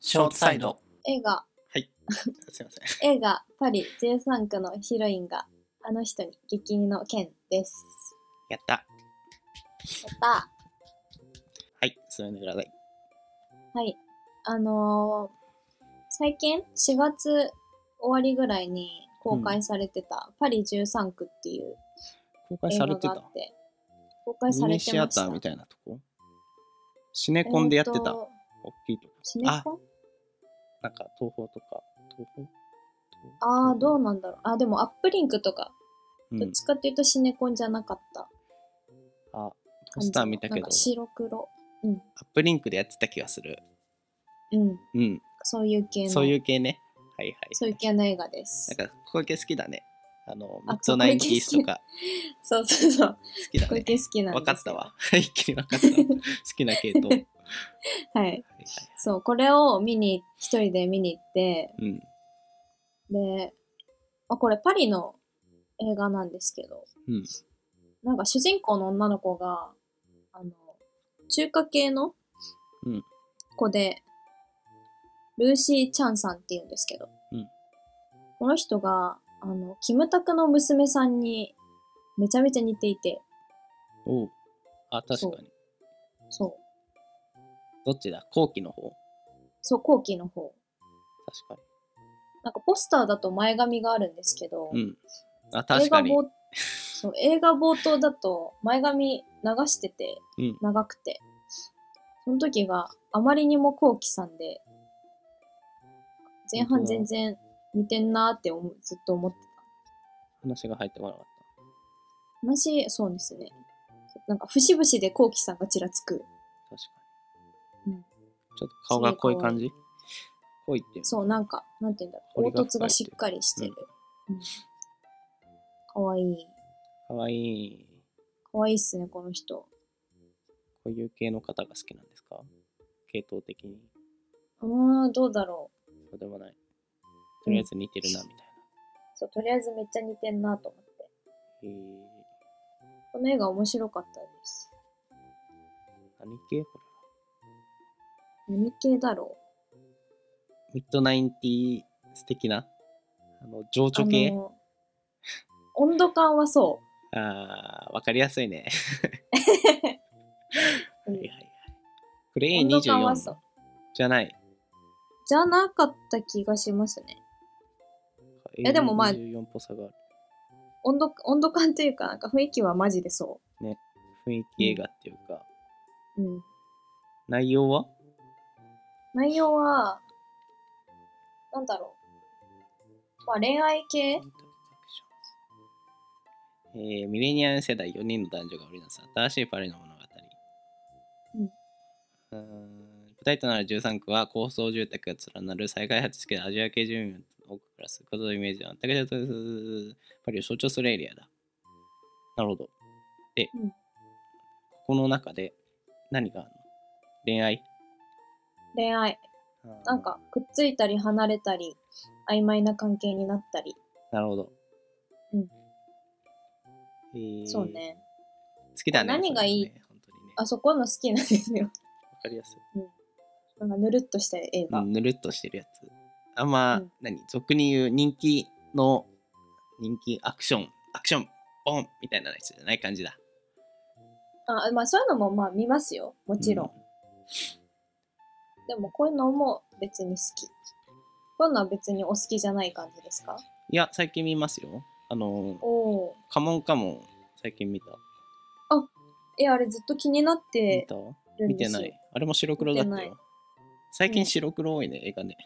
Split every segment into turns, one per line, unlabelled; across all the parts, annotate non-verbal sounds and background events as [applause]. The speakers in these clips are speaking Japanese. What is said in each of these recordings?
ショートサイド。
映画
すいません。 [laughs]
映画「パリ13区」のヒロインがあの人に激似の件です。
やった。
やった
はい、進んでください。
はい。あのー最近4月終わりぐらいに公開されてた「パリ13区」っていう
公開
映
さ
画
れて
があ
た
って、公開さ
ミ
れ
ニ
て
シア
まし
タ
た。
ーみたいなとこシネコンでやってた。
えー
大
と
きいとこ。
シネコン
なんか東宝とか。東宝
ああー、どうなんだろう。あ、でもアップリンクとか、
う
どっ
ん。
ちかっていうとシネコンじゃなかった感
あ、
じの。
ポスター見たけ
な
ど
んか、白黒。
アップリンクでやってた気がする。
うん。
うん。
そういう系の。
そういう系ね。はいはい。
そういう系の映画です。
なんか、こういう系好きだね。あの、
あ
ミッドナインティースとか
そう [laughs] そうそう。
好きだ
こうい
ね
う。系好きなんです
分
よ
かったわ。 [laughs] 一気に分かったわ。好きな系統。はい
はい。
はい
そう、これを見に、一人で見に行って、
うん。
で、まあ、これパリの映画なんですけど、
うん
なんか主人公の女の子が、あの、中華系の
うん
子で、ルーシー・チャンさんって言うんですけど、
うん
この人が、あの、キムタクの娘さんにめちゃめちゃ似ていて、
おう。あ、確
そ
かに。
そう、
どっちだ後期の方
そう、後期の方。
確か
なんかポスターだと前髪があるんですけど、
に。うん。あ、確かに。
映画冒そう映画冒頭だと前髪流してて
うん。
長くてその時があまりにもこうきさんで前半全然似てんなーって思うずっと思って
話が入ってこなかった
話そうですねなんか節々でこうきさんがちらつく
た。確か
うん
に。ちょっと顔が濃い感じ濃いっていうの。
そうなんかなんて言うんだろう
彫りが
凹凸
深いっ
が
て
し
いうか
っかりしてる、うんかわいい
かわいい。
かわいいっすねこの人
こういう系の方が好きなんですか系統的に。
うーんどうだろう
そうでもない。とりあえず似てるな、みたいな。
そう、とりあえずめっちゃ似てんなと思って。
へえ
この映画面白かったです。
何系これは。
何系だろ
ミッドナインティース的なあの情
う
緒系
あの、温度感はそ
ああー、わかりやすいね。
う。
[laughs]
う
は
ん
いはいはい。これ
温度感は
A24
そう。
じゃない。
じゃなかった気がしますね。やでもまあ
A24 っぽさがある。
温度温度感というか、なんか雰囲気はマジでそ
雰囲気映画っていうか、
う。うん。
内容は
内容は、なんだろう。まあ恋愛系
えーミレニアム世代4人の男女が織りなす新しいパリの物語。うーん舞台となる13区は高層住宅が連なる再開発地区でアジア系住民を多く暮らすことのイメージは全く違うパリを象徴するエリアだ。なるほど。で、
うん
ここの中で何があるの恋愛
恋愛。なんか、くっついたり離れたり、曖昧な関係になったり。
なるほど。
うん
えー
そう。ね。
好きだね。
何がいい
それはね本当にね。
あそこの好きなんですよ。
わかりやすい。
なんかぬるっとした映画。
うんぬるっとしてるやつ。あんま、
うん
何俗に言う人気の人気アクション、アクション、ボンみたいなやつじゃない感じだ。
あまあそういうのもまあ見ますよもちろん、
う
でもこういうのも別に好きこういうのは別にお好きじゃない感じですか
いや、最近見ますよ。あの、
おお
カモンカモン、最近見た。
えあれずっと気になっ
見
て
た
るん
見
で
て
すよ
ない。あれも白黒だっ
見
た
てな
よ。最近白黒多いね、映画ね。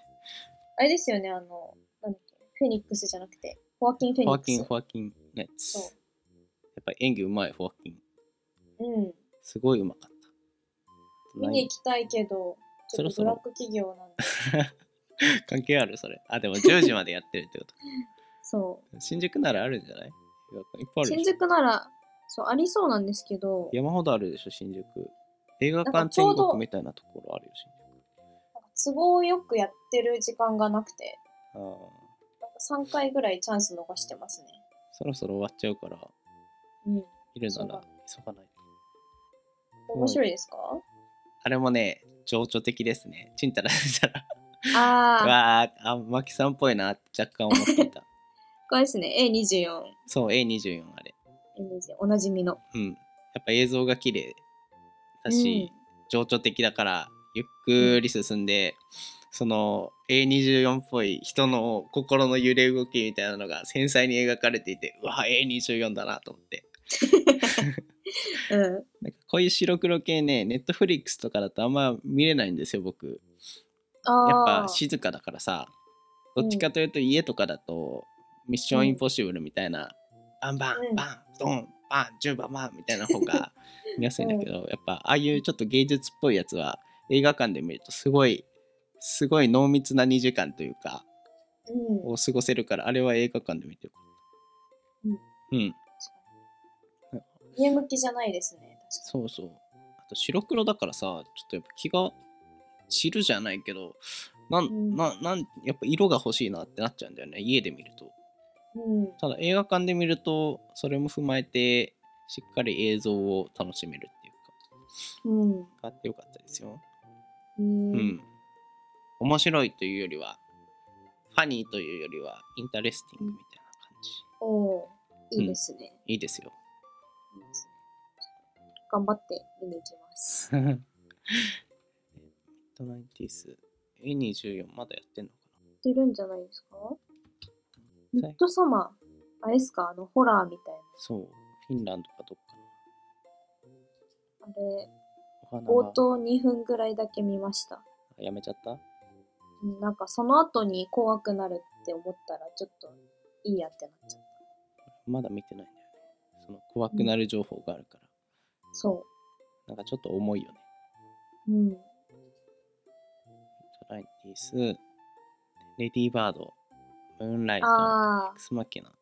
あれですよねあのなんだっけフェニックスじゃなくてホアキン・フェニ
フォ
ッ
ア
ク
キン、
ス
フォアキンのやつ。
そう
やっぱ演技うまい、フォアキン。
うん
すごいうまかった。
見に行きたいけどちょっと
そ
ブラ
ろ
ック企業なん
[laughs]
で
関係あるそれ。あ、でも10時までやってるってこと。 [laughs]
そ
新宿ならあるんじゃないいっぱいうあるでしょ
新宿ならそうありそうなんですけど
山ほどあるでしょ、新宿。映画
なん
館
かちょ
天
うど
国みたいなところあるよ、新
なんか都合よくやってる時間がなくて
宿。あ
なんか3回ぐらいチャンス逃してますね
あ、そろそろ終わっちゃうから、
うん
見る
そ
な
うだ
ら急がないと。
面白いですか、
[laughs] あれもね、情緒的ですね。ちんたらちんたら。う
ああ、
[laughs] わーあマキさんっぽいなって若干思っていた
これですね。A24。
そう A24 あれ
A24。おなじみの。
うんやっぱ映像が綺麗だし、情緒的だからゆっくり進んで、その A24 っぽい人の心の揺れ動きみたいなのが繊細に描かれていてうわ A24 だなと思って
うん。うん。
なんかこういう白黒系ねネットフリックスとかだとあんま見れないんですよ僕やっ
ああ
ぱ。静かだからさどっちかというと家とかだと、ミッションインポッシブルみたいな、バンバ
う
ン
ん
バンドンバン10番バンみたいな方 [laughs] が見やすいんだけど、やっぱああいうちょっと芸術っぽいやつは映画館で見るとすごいすごい濃密な2時間というか
うん。
を過ごせるからあれは映画館で見てよかったうん、
家向きじゃないですね。
そうそうあと白黒だからさちょっとやっぱ気が散るじゃないけどなん、
うん
ななんやっぱ色が欲しいなってなっちゃうんだよね家で見ると
確かに。うん。
ただ映画館で見るとそれも踏まえてしっかり映像を楽しめるっていう
うん。
か買ってよかったですよ
うん
うん、面白いというよりはファニーというよりはインタレスティングみたいな感じ
おおー、いいですね。
いいですよ
いいですね頑張って見に行きます。
ミッドナインティース A24 まだやってんのか
出るんじゃないですかミ
な
ッドサマー、あれですかあの、ホラーみたい
そうフィンランドかどっか
な。あれ、
のお
冒
花が
頭2分ぐらいだけ見ました。
やめちゃった
うんなんかその後に怖くなるって思ったら、ちょっといいやってなっちゃった。
まだ見てないんだよねその怖くなる情報があるから、
そ
なんかちょっと重いよね
う。うん。
トライティス、レディーバード、ムーンライト、
あ
エクスマキナ。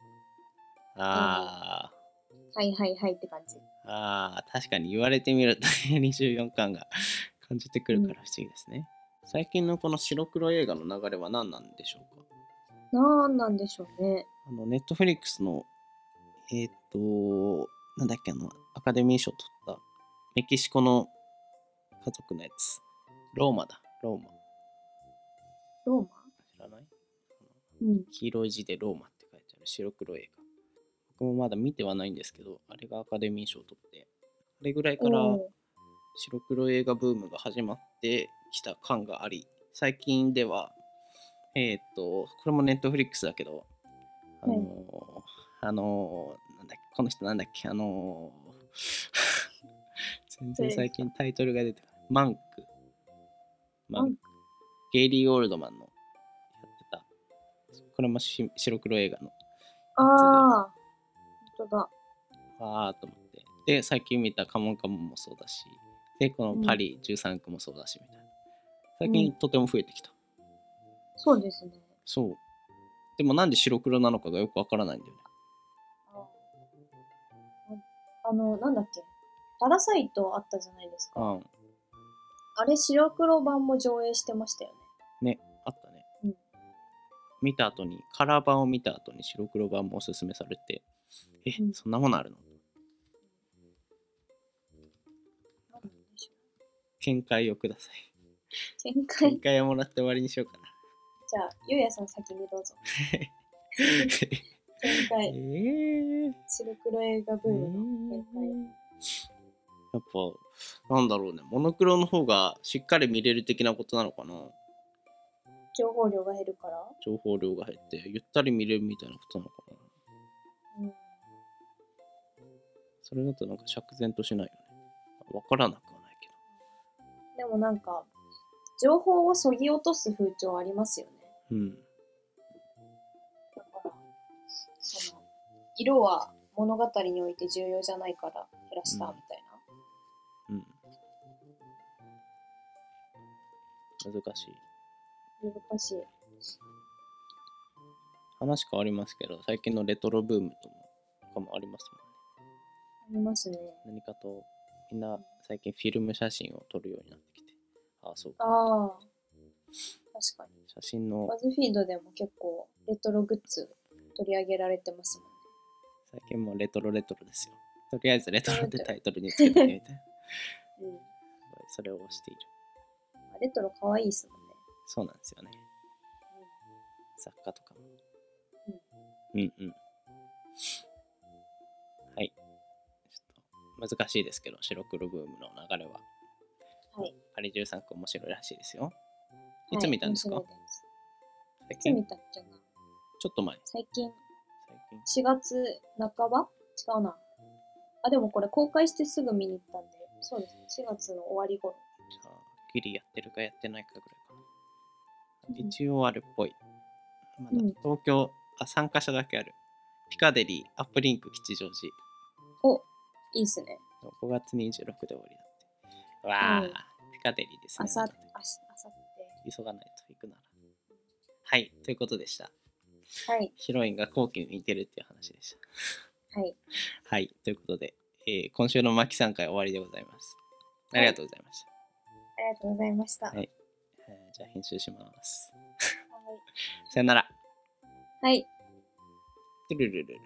あ
あ、はいはいはいって感じ。
ー、あー、確かに言われてみると24巻が [laughs] 感じてくるから不思議ですね。最近のこの白黒映画の流れは何なんでしょうか
なんなんでしょうね。
あの、ネットフリックスの、えっ、と、なんだっけ、あの、アカデミー賞取った、メキシコの家族のやつ。ローマだ、ローマ。
ローマ
知らない
うん。
黄色い字でローマって書いてある白黒映画。僕もまだ見てはないんですけど、あれがアカデミー賞を取って、あれぐらいから
お
白黒映画ブームが始まってきた感があり、最近では、えーっと、これもネットフリックスだけど、あのーあのーなんだっけ、この人なんだっけ、あのー [laughs] 全然最近タイトルが出てこないマンク。マン
マン
ク。ゲイリー・オールドマンのやってた。これもし白黒映画の。
ーああ、本当だ。
わーと思って。で、最近見たカモンカモンもそうだし、で、このパリ13区もそうだし、みたいな。最近とても増えてきた。
そうですね。
そう。でもなんで白黒なのかがよくわからないんだよね。
ああの、なんだっけ。パラサイトあったじゃないですか。
あ
あれ、白黒版も上映してましたよね。
あったね。
うん
見た後に、カラー版を見た後に白黒版もおすすめされて、え、
うん
そんなものあるの
なんでしょ
見解をください。
う。見解。
見解をもらって終わりにしようかな。
じゃあ、ゆうやさん先にどうぞ。見
え
解。
ー。
白黒映画ブームの見解。
やっぱなんだろうねモノクロの方がしっかり見れる的なことなのかな
情報量が減るから。
情報量が減ってゆったり見れるみたいなことなのかな
うん。
それだとなんか釈然としないよねわからなくはないけ
でもなんか、情報をそぎ落とす風潮ありますよね。
どうん
だから、その、色は物語において重要じゃないから減らしたみた
う
いな。
ん難しい
難しい。
話変わりますけど最近のレトロブームともかもありますもんね
ありますね。
何かとみんな最近フィルム写真を撮るようになってきてああそうか
ああ。確かに。
写真の
バズフィードでも結構レトログッズ取り上げられてますもんね。
最近もうレトロレトロですよ。とりあえずレトロってタイトルにつけて
[laughs]
みたいな。
うん
それを押している。
まあ。レトロ可愛いですもんね。
そうなんですよね。作家とかも。うんうん。はい。ちょっと難しいですけど、白黒ブームの流れは。
はい。
パリ13区面白いらしいですよ。いつ見たんですか、
はい面白いです
最
いつ
近
見たっけな
ちょっと前。
最近
最近。
4月半ば違うな。あ、でもこれ公開してすぐ見に行ったんで、そうですね。4月の終わり頃。
じゃあ、ギリやってるかやってないかぐらいかな。
うん
一応あるっぽい。まだ
うん
東京、あ、参加者だけある。ピカデリー、アップリンク、吉祥寺。
お、いいっすね。
5月26で終わりだって。わあ、
うん
ピカデリーですね。
あさ、あ
な
さ
ので
っ
急がないと行くなら。はい、ということでした。
て。はい、
ヒロインが後期に似てるっていう話でし
はい。
た。はい、ということで、えー今週のマキさん会終わりでございます。ありがとうございまし
ありがとうございました。
いた。えーじゃあ編集します。
は
さよなら。
い。はい
トゥルルルルル